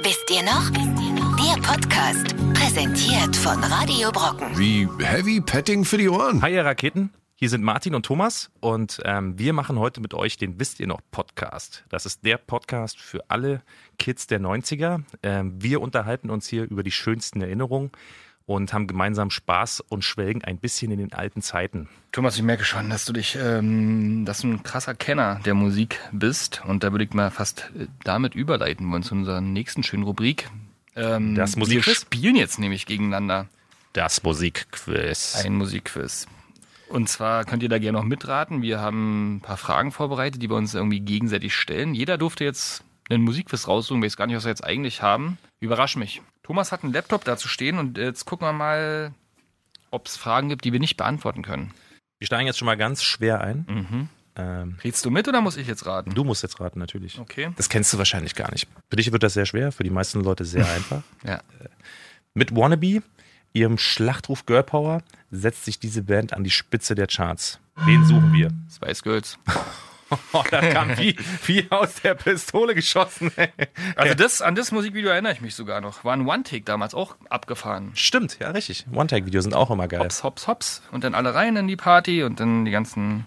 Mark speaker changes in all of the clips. Speaker 1: Wisst ihr noch? Der Podcast, präsentiert von Radio Brocken.
Speaker 2: Wie Heavy Petting für die Ohren.
Speaker 3: Hi, ihr Raketen. Hier sind Martin und Thomas und ähm, wir machen heute mit euch den Wisst ihr noch Podcast. Das ist der Podcast für alle Kids der 90er. Ähm, wir unterhalten uns hier über die schönsten Erinnerungen und haben gemeinsam Spaß und schwelgen ein bisschen in den alten Zeiten.
Speaker 4: Thomas, ich merke schon, dass du dich, ähm, dass du ein krasser Kenner der Musik bist. Und da würde ich mal fast äh, damit überleiten wollen zu unserer nächsten schönen Rubrik. Ähm,
Speaker 3: Das
Speaker 4: wir
Speaker 3: Musikquiz?
Speaker 4: spielen jetzt nämlich gegeneinander
Speaker 3: Das Musikquiz.
Speaker 4: ein Musikquiz. Und zwar könnt ihr da gerne noch mitraten. Wir haben ein paar Fragen vorbereitet, die wir uns irgendwie gegenseitig stellen. Jeder durfte jetzt einen Musikquiz raussuchen. Weiß gar nicht, was wir jetzt eigentlich haben. Überrasch mich. Thomas hat einen Laptop dazu stehen und jetzt gucken wir mal, ob es Fragen gibt, die wir nicht beantworten können.
Speaker 3: Wir steigen jetzt schon mal ganz schwer ein.
Speaker 4: Mhm.
Speaker 3: Ähm,
Speaker 4: Redst du mit oder muss ich jetzt raten?
Speaker 3: du musst jetzt raten, natürlich.
Speaker 4: Okay.
Speaker 3: Das kennst du wahrscheinlich gar nicht. Für dich wird das sehr schwer, für die meisten Leute sehr einfach.
Speaker 4: Ja.
Speaker 3: Mit Wannabe, ihrem Schlachtruf Girl Power, setzt sich diese Band an die Spitze der Charts. Wen suchen wir?
Speaker 4: Spice Girls.
Speaker 3: Oh, das kam wie, wie aus der Pistole geschossen. ey.
Speaker 4: Also das, an das Musikvideo erinnere ich mich sogar noch. War ein One-Take damals auch abgefahren.
Speaker 3: Stimmt, ja, richtig. One-Tag-Videos sind auch immer geil.
Speaker 4: Hops, hops, hops. Und dann alle rein in die Party und dann die ganzen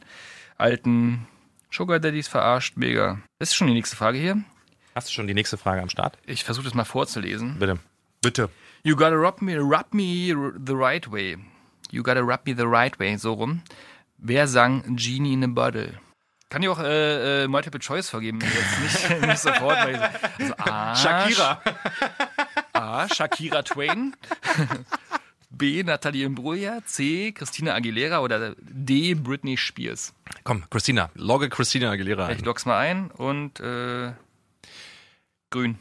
Speaker 4: alten Sugar Daddies verarscht. Mega. Das ist schon die nächste Frage hier.
Speaker 3: Hast du schon die nächste Frage am Start?
Speaker 4: Ich versuche das mal vorzulesen.
Speaker 3: Bitte. Bitte.
Speaker 4: You gotta rub me, rub me the right way. You gotta rub me the right way. So rum. Wer sang Genie in a Bottle? Kann ich auch äh, äh, Multiple Choice vergeben? Jetzt nicht, nicht sofort. Weil ich, also, ah,
Speaker 3: Shakira.
Speaker 4: A. Shakira Twain. B. Nathalie Imbruglia. C. Christina Aguilera. Oder D. Britney Spears.
Speaker 3: Komm, Christina. Logge Christina Aguilera
Speaker 4: Ich
Speaker 3: ein.
Speaker 4: log's mal ein und äh, grün.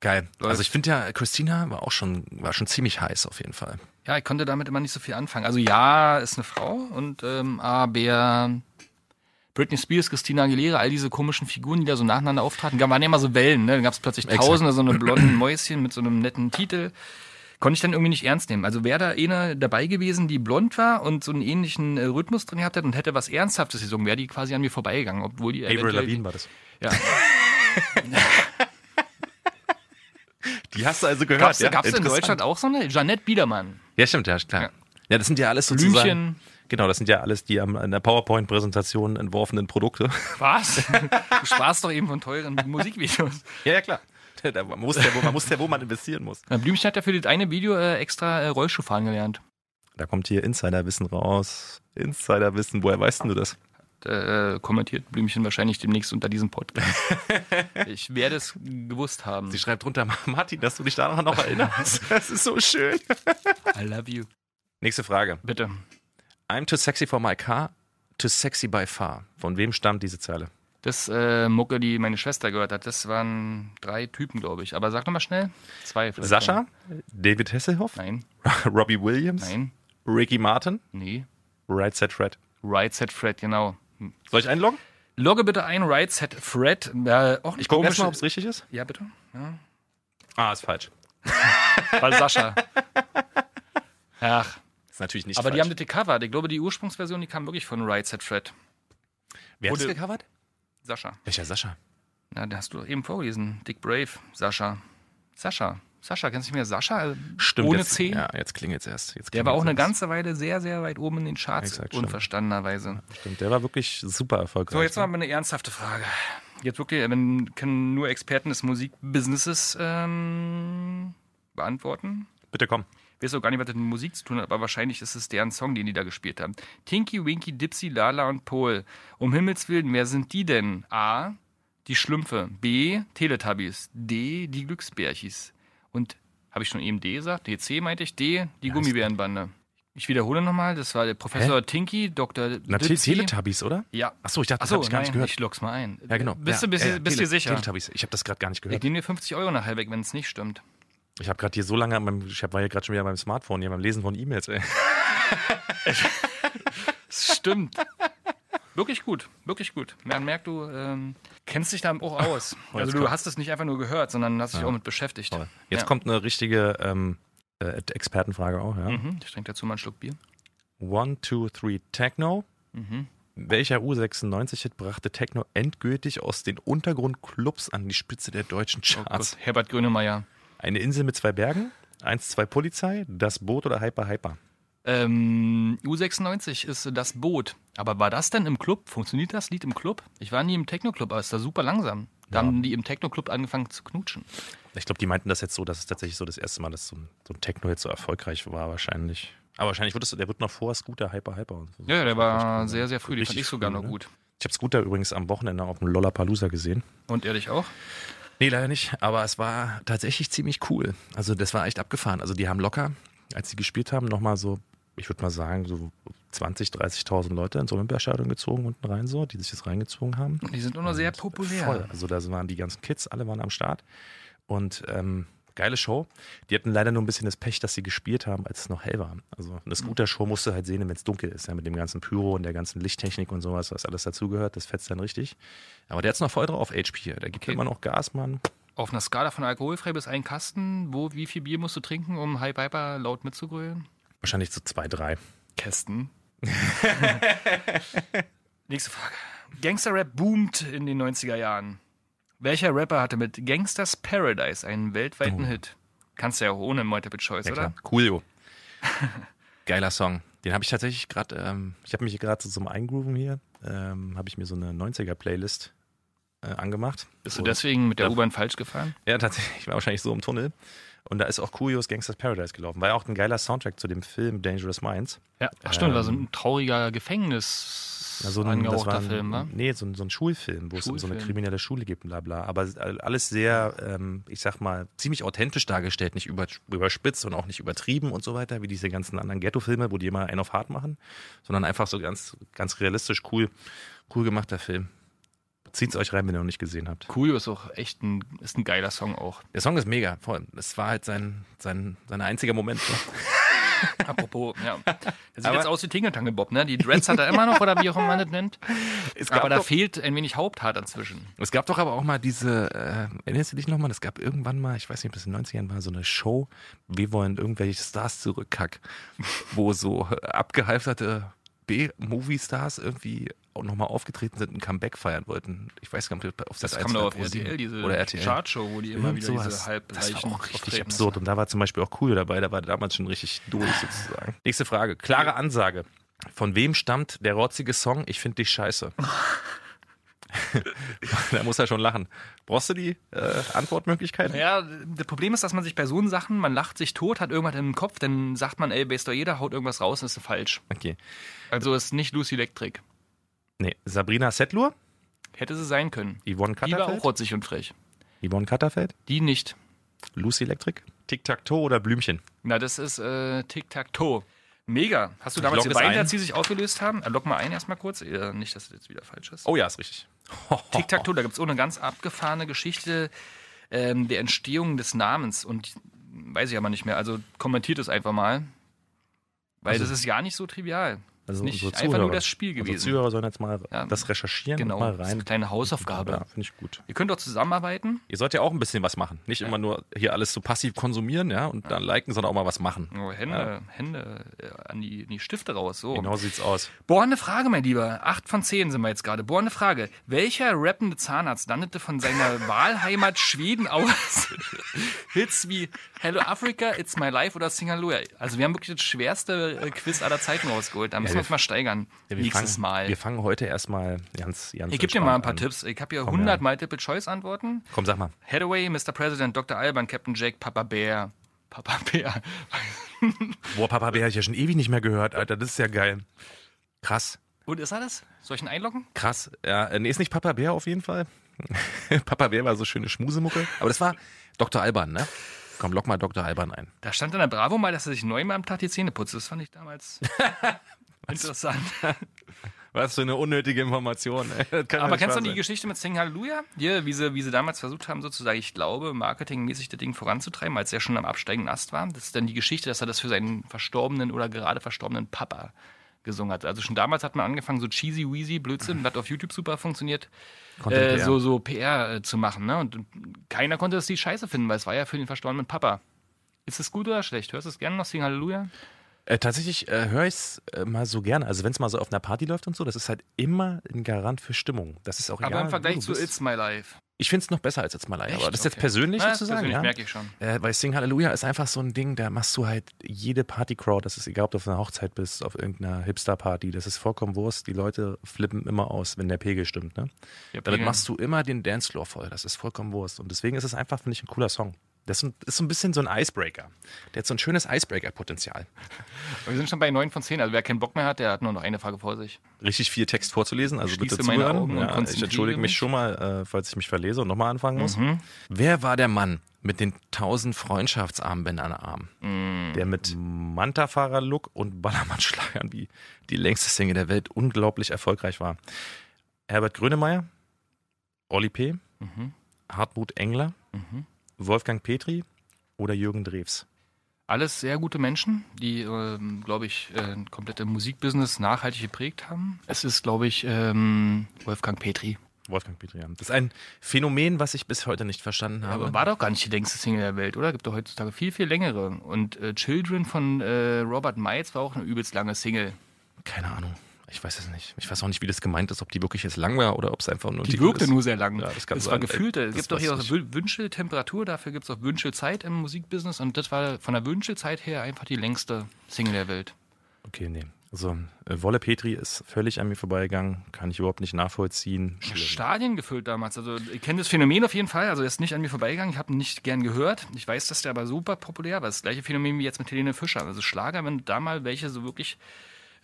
Speaker 3: Geil. Also ich finde ja, Christina war auch schon, war schon ziemlich heiß auf jeden Fall.
Speaker 4: Ja, ich konnte damit immer nicht so viel anfangen. Also ja, ist eine Frau und ähm, A. Bär. Britney Spears, Christina Aguilera, all diese komischen Figuren, die da so nacheinander auftraten, Da waren ja immer so Wellen, ne? Dann gab's plötzlich
Speaker 3: Exakt.
Speaker 4: tausende so eine blonden Mäuschen mit so einem netten Titel. Konnte ich dann irgendwie nicht ernst nehmen. Also wäre da eine dabei gewesen, die blond war und so einen ähnlichen äh, Rhythmus drin gehabt hat und hätte was Ernsthaftes gesungen, wäre die quasi an mir vorbeigegangen, obwohl die
Speaker 3: Avril
Speaker 4: eventuell-
Speaker 3: Lavigne war das.
Speaker 4: Ja.
Speaker 3: Die hast du also gehört,
Speaker 4: Gab's,
Speaker 3: ja?
Speaker 4: gab's in
Speaker 3: Interessant.
Speaker 4: Deutschland auch so eine? Jeanette Biedermann.
Speaker 3: Ja, stimmt, ja, klar. Ja,
Speaker 4: Ja.
Speaker 3: das sind ja alles sozusagen...
Speaker 4: Blümchen.
Speaker 3: Genau, das sind ja alles die am, in der PowerPoint-Präsentation entworfenen Produkte.
Speaker 4: Was? Du sparst doch eben von teuren Musikvideos.
Speaker 3: ja, ja, klar. Da- Man muss, ja, wo, man muss ja, wo man investieren muss.
Speaker 4: Na, Blümchen hat ja für das eine Video äh, extra äh, Rollschuh fahren gelernt.
Speaker 3: Da kommt hier Insiderwissen raus. Insiderwissen, woher weißt denn du das?
Speaker 4: Äh, äh, kommentiert Blümchen wahrscheinlich demnächst unter diesem Podcast. Ich werde es gewusst haben.
Speaker 3: Sie schreibt drunter, Martin, dass du dich daran noch erinnerst. Das ist so schön.
Speaker 4: I love you.
Speaker 3: Nächste Frage.
Speaker 4: Bitte.
Speaker 3: I'm too sexy for my car, too sexy by far. Von wem stammt diese Zeile?
Speaker 4: Das äh, Mucke, die meine Schwester gehört hat, das waren drei Typen, glaube ich. Aber sag noch mal schnell. Zwei vielleicht.
Speaker 3: Sascha, David Hasselhoff,
Speaker 4: Nein,
Speaker 3: Robbie Williams,
Speaker 4: nein,
Speaker 3: Ricky Martin,
Speaker 4: nee.
Speaker 3: Right Said Fred.
Speaker 4: Right Set Fred, genau.
Speaker 3: Soll ich einloggen?
Speaker 4: Logge bitte ein, Right Set Fred. Äh, auch
Speaker 3: Ich
Speaker 4: nicht
Speaker 3: gucke
Speaker 4: komisch.
Speaker 3: erstmal, ob es richtig ist.
Speaker 4: Ja, bitte. Ja.
Speaker 3: Ah, ist falsch.
Speaker 4: Weil Sascha. Ach,
Speaker 3: Ist natürlich nicht
Speaker 4: aber die
Speaker 3: falsch.
Speaker 4: haben das gecovert. Ich glaube, die Ursprungsversion, die kam wirklich von Right Set Fred.
Speaker 3: Wer hat das
Speaker 4: wurde-
Speaker 3: gecovert?
Speaker 4: Sascha.
Speaker 3: Welcher Sascha?
Speaker 4: Na, den hast du doch eben vorgelesen. Dick Brave, Sascha. Sascha. Sascha, kennst du nicht mehr Sascha? Ohne
Speaker 3: jetzt,
Speaker 4: C.
Speaker 3: Ja, jetzt klingelt es erst. Jetzt
Speaker 4: Der war auch eine
Speaker 3: klingelt's erst.
Speaker 4: ganze Weile sehr, sehr weit oben in den Charts,
Speaker 3: Exakt, stimmt.
Speaker 4: unverstandenerweise.
Speaker 3: Stimmt, der war wirklich super erfolgreich.
Speaker 4: So, jetzt mal eine ernsthafte Frage. Jetzt wirklich, wenn können nur Experten des Musikbusinesses ähm, beantworten.
Speaker 3: Bitte komm.
Speaker 4: Ich weiß auch gar nicht, was das mit Musik zu tun hat, aber wahrscheinlich ist es deren Song, den die da gespielt haben. Tinky, Winky, Dipsy, Lala und Pol. Um Himmels Willen, wer sind die denn? A. Die Schlümpfe. B. Teletubbies. D. Die Glücksbärchis. Und habe ich schon eben D gesagt? D, C meinte ich. D. Die Gummibärenbande. Ich wiederhole nochmal, das war der Professor Tinky, Dr.
Speaker 3: Natürlich
Speaker 4: Dipsy.
Speaker 3: Teletubbies, oder?
Speaker 4: Ja.
Speaker 3: Achso, ich dachte, das
Speaker 4: Achso,
Speaker 3: habe ich gar
Speaker 4: nein,
Speaker 3: nicht gehört.
Speaker 4: Ich lock's mal ein.
Speaker 3: ja, genau.
Speaker 4: Bist
Speaker 3: ja,
Speaker 4: du bist,
Speaker 3: ja, ja,
Speaker 4: bist
Speaker 3: Tele-
Speaker 4: dir sicher?
Speaker 3: Teletubbies. Ich habe das gerade gar nicht
Speaker 4: Ich
Speaker 3: gehört.
Speaker 4: nehme dir 50 Euro nachher weg, wenn es nicht stimmt.
Speaker 3: Ich habe gerade hier so lange, an meinem, ich hab, war ja gerade schon wieder beim Smartphone, hier beim Lesen von E-Mails. ey.
Speaker 4: Stimmt. Wirklich gut, wirklich gut. Man merkt, du ähm, kennst dich da auch aus.
Speaker 3: Oh,
Speaker 4: also
Speaker 3: jetzt
Speaker 4: du
Speaker 3: kommt-
Speaker 4: hast es nicht einfach nur gehört, sondern hast dich auch mit beschäftigt.
Speaker 3: Jetzt
Speaker 4: Ja.
Speaker 3: kommt eine richtige ähm, äh, Expertenfrage auch. Ja.
Speaker 4: Mhm. Ich trinke dazu mal einen Schluck Bier. Mhm.
Speaker 3: One, two, three, Techno. Welcher U96-Hit brachte Techno endgültig aus den Untergrundclubs an die Spitze der deutschen
Speaker 4: Oh
Speaker 3: Charts?
Speaker 4: Gott, Herbert Grönemeyer.
Speaker 3: Eine Insel mit zwei Bergen, 1-2 Polizei, das Boot oder Hyper Hyper?
Speaker 4: Ähm, U96 ist äh, das Boot. Aber war das denn im Club? Funktioniert das Lied im Club? Ich war nie im Techno-Club, aber es ist da super langsam. Da haben die im Techno-Club angefangen zu knutschen.
Speaker 3: Ich glaube, die meinten das jetzt so, dass es tatsächlich so das erste Mal, dass so ein, so ein Techno-Hit so erfolgreich war, wahrscheinlich. Aber wahrscheinlich wird es, der wird noch vor Scooter Hyper Hyper. Und so.
Speaker 4: Ja, ja, der war
Speaker 3: Richtig
Speaker 4: sehr, sehr früh. Den fand
Speaker 3: richtig
Speaker 4: ich sogar
Speaker 3: früh,
Speaker 4: noch
Speaker 3: ne?
Speaker 4: gut.
Speaker 3: Ich habe Scooter übrigens am Wochenende auf dem Lollapalooza gesehen.
Speaker 4: Und ehrlich auch?
Speaker 3: Nee, leider nicht. Aber es war tatsächlich ziemlich cool. Also das war echt abgefahren. Also die haben locker, als sie gespielt haben, nochmal so, ich würde mal sagen, so 20, 30.000 Leute ins Olympiastadion gezogen, unten rein so, die sich das reingezogen haben.
Speaker 4: Die sind auch noch sehr
Speaker 3: Und
Speaker 4: populär.
Speaker 3: Voll. Also da waren die ganzen Kids, alle waren am Start. Und ähm, geile Show. Die hatten leider nur ein bisschen das Pech, dass sie gespielt haben, als es noch hell war. Also eine Scooter-Show musst du halt sehen, wenn es dunkel ist. Ja, mit dem ganzen Pyro und der ganzen Lichttechnik und sowas, was alles dazugehört, das fetzt dann richtig. Aber der hat's noch voll drauf, HP hier. Der gibt
Speaker 4: Okay.
Speaker 3: immer noch Gas, Mann.
Speaker 4: Auf einer Skala von alkoholfrei bis ein Kasten, wo, wie viel Bier musst du trinken, um High Piper laut mitzugrölen?
Speaker 3: Wahrscheinlich so zwei, drei.
Speaker 4: Kästen. Nächste Frage. Gangster-Rap boomt in den 90er Jahren. Welcher Rapper hatte mit Gangsters Paradise einen weltweiten Hit? Kannst du ja auch ohne Multiple Choice,
Speaker 3: Ja,
Speaker 4: oder?
Speaker 3: klar. Coolio. Geiler Song. Den habe ich tatsächlich gerade, ähm, ich habe mich gerade so zum Eingrooven hier, ähm, habe ich mir so eine 90er-Playlist äh, angemacht.
Speaker 4: Bist du
Speaker 3: Und-
Speaker 4: deswegen mit der
Speaker 3: Ja.
Speaker 4: U-Bahn falsch gefahren?
Speaker 3: Ja, tatsächlich. Ich war wahrscheinlich so im Tunnel. Und da ist auch Kurios Gangsters Paradise gelaufen. War ja auch ein geiler Soundtrack zu dem Film Dangerous Minds.
Speaker 4: Ja, ach stimmt,
Speaker 3: Ähm,
Speaker 4: war so ein trauriger Gefängnis
Speaker 3: Na, so ein, das
Speaker 4: angehauchter
Speaker 3: war ein,
Speaker 4: Film, wa?
Speaker 3: Nee, so ein, so ein Schulfilm, wo es um so eine
Speaker 4: Schulfilm.
Speaker 3: kriminelle Schule gibt und bla bla. Aber alles sehr, ähm, ich sag mal, ziemlich authentisch dargestellt, nicht über, überspitzt und auch nicht übertrieben und so weiter, wie diese ganzen anderen Ghetto-Filme, wo die immer einen auf hart machen, sondern einfach so ganz, ganz realistisch, cool, cool gemachter Film. Zieht's euch rein, wenn ihr noch nicht gesehen habt.
Speaker 4: Coolio ist auch echt ein, ist ein geiler Song auch.
Speaker 3: Der Song ist mega, voll. Das war halt sein, sein, sein einziger Moment. ne?
Speaker 4: Apropos, ja. Der sieht
Speaker 3: Aber-
Speaker 4: jetzt aus wie Tingeltangel Bob, ne? Die Dreads hat er immer noch, oder wie auch immer man das nennt.
Speaker 3: Es gab
Speaker 4: Aber da
Speaker 3: doch-
Speaker 4: fehlt ein wenig Haupthaar dazwischen.
Speaker 3: Es gab doch aber auch mal diese, äh, erinnerst du dich nochmal? Es gab irgendwann mal, ich weiß nicht, ob es in den 90ern war, so eine Show, wir wollen irgendwelche Stars zurückkack, wo so äh, abgehalfterte B-Movie-Stars irgendwie auch nochmal aufgetreten sind und ein Comeback feiern wollten. Ich weiß gar nicht, ob auf
Speaker 4: Das,
Speaker 3: Sat.
Speaker 4: kam
Speaker 3: 1
Speaker 4: doch
Speaker 3: war,
Speaker 4: auf
Speaker 3: Pro 7
Speaker 4: RTL, diese
Speaker 3: oder RTL.
Speaker 4: Chartshow, wo die immer
Speaker 3: Irgend
Speaker 4: wieder
Speaker 3: sowas.
Speaker 4: diese halbleichen
Speaker 3: Das war auch richtig
Speaker 4: Auftreten
Speaker 3: absurd.
Speaker 4: lassen.
Speaker 3: Und da war zum Beispiel auch cool dabei, da war damals schon richtig durch sozusagen. Nächste Frage. Klare Ansage. Von wem stammt der rotzige Song Ich find dich scheiße? da muss er schon lachen. Brauchst du die äh, Antwortmöglichkeiten?
Speaker 4: Ja, das Problem ist, dass man sich bei so einen Sachen, man lacht sich tot, hat irgendwas im Kopf, dann sagt man, ey, weißt du, jeder haut irgendwas raus, das ist falsch.
Speaker 3: Okay.
Speaker 4: Also ist nicht Lucy Electric.
Speaker 3: Nee. Sabrina Settlur,
Speaker 4: Hätte sie sein können.
Speaker 3: Yvonne
Speaker 4: Die war auch
Speaker 3: Katterfeld,
Speaker 4: rotzig und frech.
Speaker 3: Yvonne Katterfeld,
Speaker 4: Die nicht.
Speaker 3: Lucy Electric, Tic-Tac-Toe oder Blümchen?
Speaker 4: Na, das ist äh, Tic-Tac-Toe. Mega. Hast du damals
Speaker 3: lock es
Speaker 4: geweint,
Speaker 3: ein.
Speaker 4: als sie sich aufgelöst haben? Äh, Lock mal ein erstmal kurz. Äh, nicht, dass das jetzt wieder falsch ist.
Speaker 3: Oh ja, ist richtig.
Speaker 4: Tic-Tac-Toe, da gibt es auch eine ganz abgefahrene Geschichte ähm, der Entstehung des Namens. Und weiß ich aber nicht mehr. Also kommentiert es einfach mal. Weil
Speaker 3: Also-
Speaker 4: das ist ja nicht so trivial. Das ist
Speaker 3: Also
Speaker 4: nicht
Speaker 3: unsere
Speaker 4: einfach nur
Speaker 3: Zuhörer-
Speaker 4: das Spiel
Speaker 3: Unsere
Speaker 4: gewesen.
Speaker 3: Zuhörer sollen jetzt mal
Speaker 4: Ja.
Speaker 3: das recherchieren
Speaker 4: genau,
Speaker 3: und mal
Speaker 4: das ist eine
Speaker 3: rein.
Speaker 4: kleine Hausaufgabe.
Speaker 3: Ja, finde ich gut.
Speaker 4: Ihr könnt auch zusammenarbeiten.
Speaker 3: Ihr sollt ja auch ein bisschen was machen. Nicht immer nur hier alles so passiv konsumieren, ja, und dann liken, sondern auch mal was machen.
Speaker 4: Oh, Hände, Hände äh, an die, in die Stifte raus. So.
Speaker 3: Genau sieht's aus.
Speaker 4: Bohrende Frage, mein Lieber. Acht von zehn sind wir jetzt gerade. Bohrende Frage. Welcher rappende Zahnarzt landete von seiner Wahlheimat Schweden aus? Hits wie Hello Africa, It's My Life oder Sing Hallelujah. Also wir haben wirklich das schwerste äh, Quiz aller Zeiten rausgeholt. Da müssen wir uns mal steigern. Nächstes Mal.
Speaker 3: Wir fangen heute erstmal ganz, ganz
Speaker 4: Ich gebe dir mal ein paar
Speaker 3: entspannt an.
Speaker 4: Tipps. Ich habe hier
Speaker 3: Komm,
Speaker 4: 100
Speaker 3: ja.
Speaker 4: Multiple-Choice-Antworten.
Speaker 3: Komm, sag mal.
Speaker 4: Hathaway, Mr. President, Dr. Alban, Captain Jack, Papa Bear. Papa Bear.
Speaker 3: Boah, Papa Bär hab ich ja schon ewig nicht mehr gehört, Alter. Das ist ja geil. Krass,
Speaker 4: Und ist alles? Soll ich ihn einloggen?
Speaker 3: krass. Ja, äh, nee, ist nicht Papa Bär auf jeden Fall. Papa Bär war so schöne Schmusemucke. Aber das war Dr. Alban, ne? Komm, lock mal Dr. Alban ein.
Speaker 4: Da stand in der Bravo mal, dass er sich neunmal am Tag die Zähne putzt. Das fand ich damals interessant.
Speaker 3: Was für eine unnötige Information. ey. Das kann doch
Speaker 4: Aber
Speaker 3: nicht
Speaker 4: kennst du
Speaker 3: wahr
Speaker 4: die
Speaker 3: sein.
Speaker 4: Geschichte mit Sing Hallelujah? Hier, wie sie, wie sie damals versucht haben, sozusagen, ich glaube, marketingmäßig das Ding voranzutreiben, als er schon am absteigenden Ast war. Das ist dann die Geschichte, dass er das für seinen verstorbenen oder gerade verstorbenen Papa gesungen hat. Also schon damals hat man angefangen, so cheesy, wheezy Blödsinn, was auf YouTube super funktioniert,
Speaker 3: Content
Speaker 4: äh,
Speaker 3: PR.
Speaker 4: so, so PR äh, zu machen. Ne? Und, und keiner konnte das die Scheiße finden, weil es war ja für den verstorbenen Papa. Ist es gut oder schlecht? Hörst du es gerne noch, Sing Hallelujah?
Speaker 3: Äh, tatsächlich äh, höre ich es äh, mal so gerne. Also wenn es mal so auf einer Party läuft und so, das ist halt immer ein Garant für Stimmung. Das ist auch egal.
Speaker 4: Aber im
Speaker 3: wo
Speaker 4: Vergleich
Speaker 3: du
Speaker 4: zu
Speaker 3: bist.
Speaker 4: It's My Life.
Speaker 3: Ich finde es noch besser als jetzt mal live.
Speaker 4: Echt?
Speaker 3: Aber das ist jetzt
Speaker 4: Okay.
Speaker 3: persönlich
Speaker 4: Ah, das
Speaker 3: sozusagen.
Speaker 4: persönlich
Speaker 3: ja.
Speaker 4: merke ich schon.
Speaker 3: Äh, weil Sing Halleluja ist einfach so ein Ding, da machst du halt jede Party-Crowd, das ist egal, ob du auf einer Hochzeit bist, auf irgendeiner Hipster-Party, das ist vollkommen Wurst. Die Leute flippen immer aus, wenn der Pegel stimmt. Ne? Damit machst du immer den Dancefloor voll, das ist vollkommen Wurst. Und deswegen ist es einfach, finde ich, ein cooler Song. Das ist ein- ist so ein bisschen so ein Icebreaker. Der hat so ein schönes Icebreaker-Potenzial.
Speaker 4: Wir sind schon bei 9 von 10. Also wer keinen Bock mehr hat, der hat nur noch eine Frage vor sich.
Speaker 3: richtig viel Text vorzulesen, also
Speaker 4: Schließe
Speaker 3: bitte
Speaker 4: meine
Speaker 3: zuhören.
Speaker 4: Augen und
Speaker 3: ja, ich
Speaker 4: konzentriere
Speaker 3: entschuldige mich
Speaker 4: mich. Mhm.
Speaker 3: schon mal, äh, falls ich mich verlese und nochmal anfangen muss. Wer war der Mann mit den tausend Freundschaftsarmbändern am Arm?
Speaker 4: Mhm. Mm.
Speaker 3: Der mit Manta-Fahrer-Look und Ballermann-Schlagern wie die längste Single der Welt unglaublich erfolgreich war. Herbert Grönemeyer, Olli P.,
Speaker 4: Mhm.
Speaker 3: Hartmut Engler,
Speaker 4: Mhm.
Speaker 3: Wolfgang Petri oder Jürgen Drews?
Speaker 4: Alles sehr gute Menschen, die, ähm, glaube ich, äh, ein komplette Musikbusiness nachhaltig geprägt haben. Es ist, glaube ich, ähm, Wolfgang Petri.
Speaker 3: Wolfgang Petri, ja. Das ist ein Phänomen, was ich bis heute nicht verstanden habe.
Speaker 4: Aber war doch gar nicht die längste Single der Welt, oder? Gibt doch heutzutage viel, viel längere. Und äh, Children von äh, Robert Miles war auch eine übelst lange Single.
Speaker 3: Keine Ahnung. Ich weiß es nicht. Ich weiß auch nicht, wie das gemeint ist, ob die wirklich jetzt lang war oder ob es einfach nur ein
Speaker 4: Die
Speaker 3: Titel
Speaker 4: wirkte
Speaker 3: ist.
Speaker 4: nur sehr lang.
Speaker 3: Ja, das kann
Speaker 4: es war
Speaker 3: sein.
Speaker 4: gefühlt, äh,
Speaker 3: Ey,
Speaker 4: es
Speaker 3: das
Speaker 4: gibt doch
Speaker 3: weiß
Speaker 4: hier auch
Speaker 3: ich.
Speaker 4: Wün- Wünscheltemperatur, dafür gibt es auch Wünschelzeit im Musikbusiness und das war von der Wünschelzeit her einfach die längste Single der Welt.
Speaker 3: Okay, nee. Also, äh, Wolle Petri ist völlig an mir vorbeigegangen. Kann ich überhaupt nicht nachvollziehen. Schlimm.
Speaker 4: Stadien gefüllt damals. Also ich kenne das Phänomen auf jeden Fall. Also er ist nicht an mir vorbeigegangen. Ich habe ihn nicht gern gehört. Ich weiß, dass der aber super populär war. Das gleiche Phänomen wie jetzt mit Helene Fischer. Also Schlager, wenn da mal welche so wirklich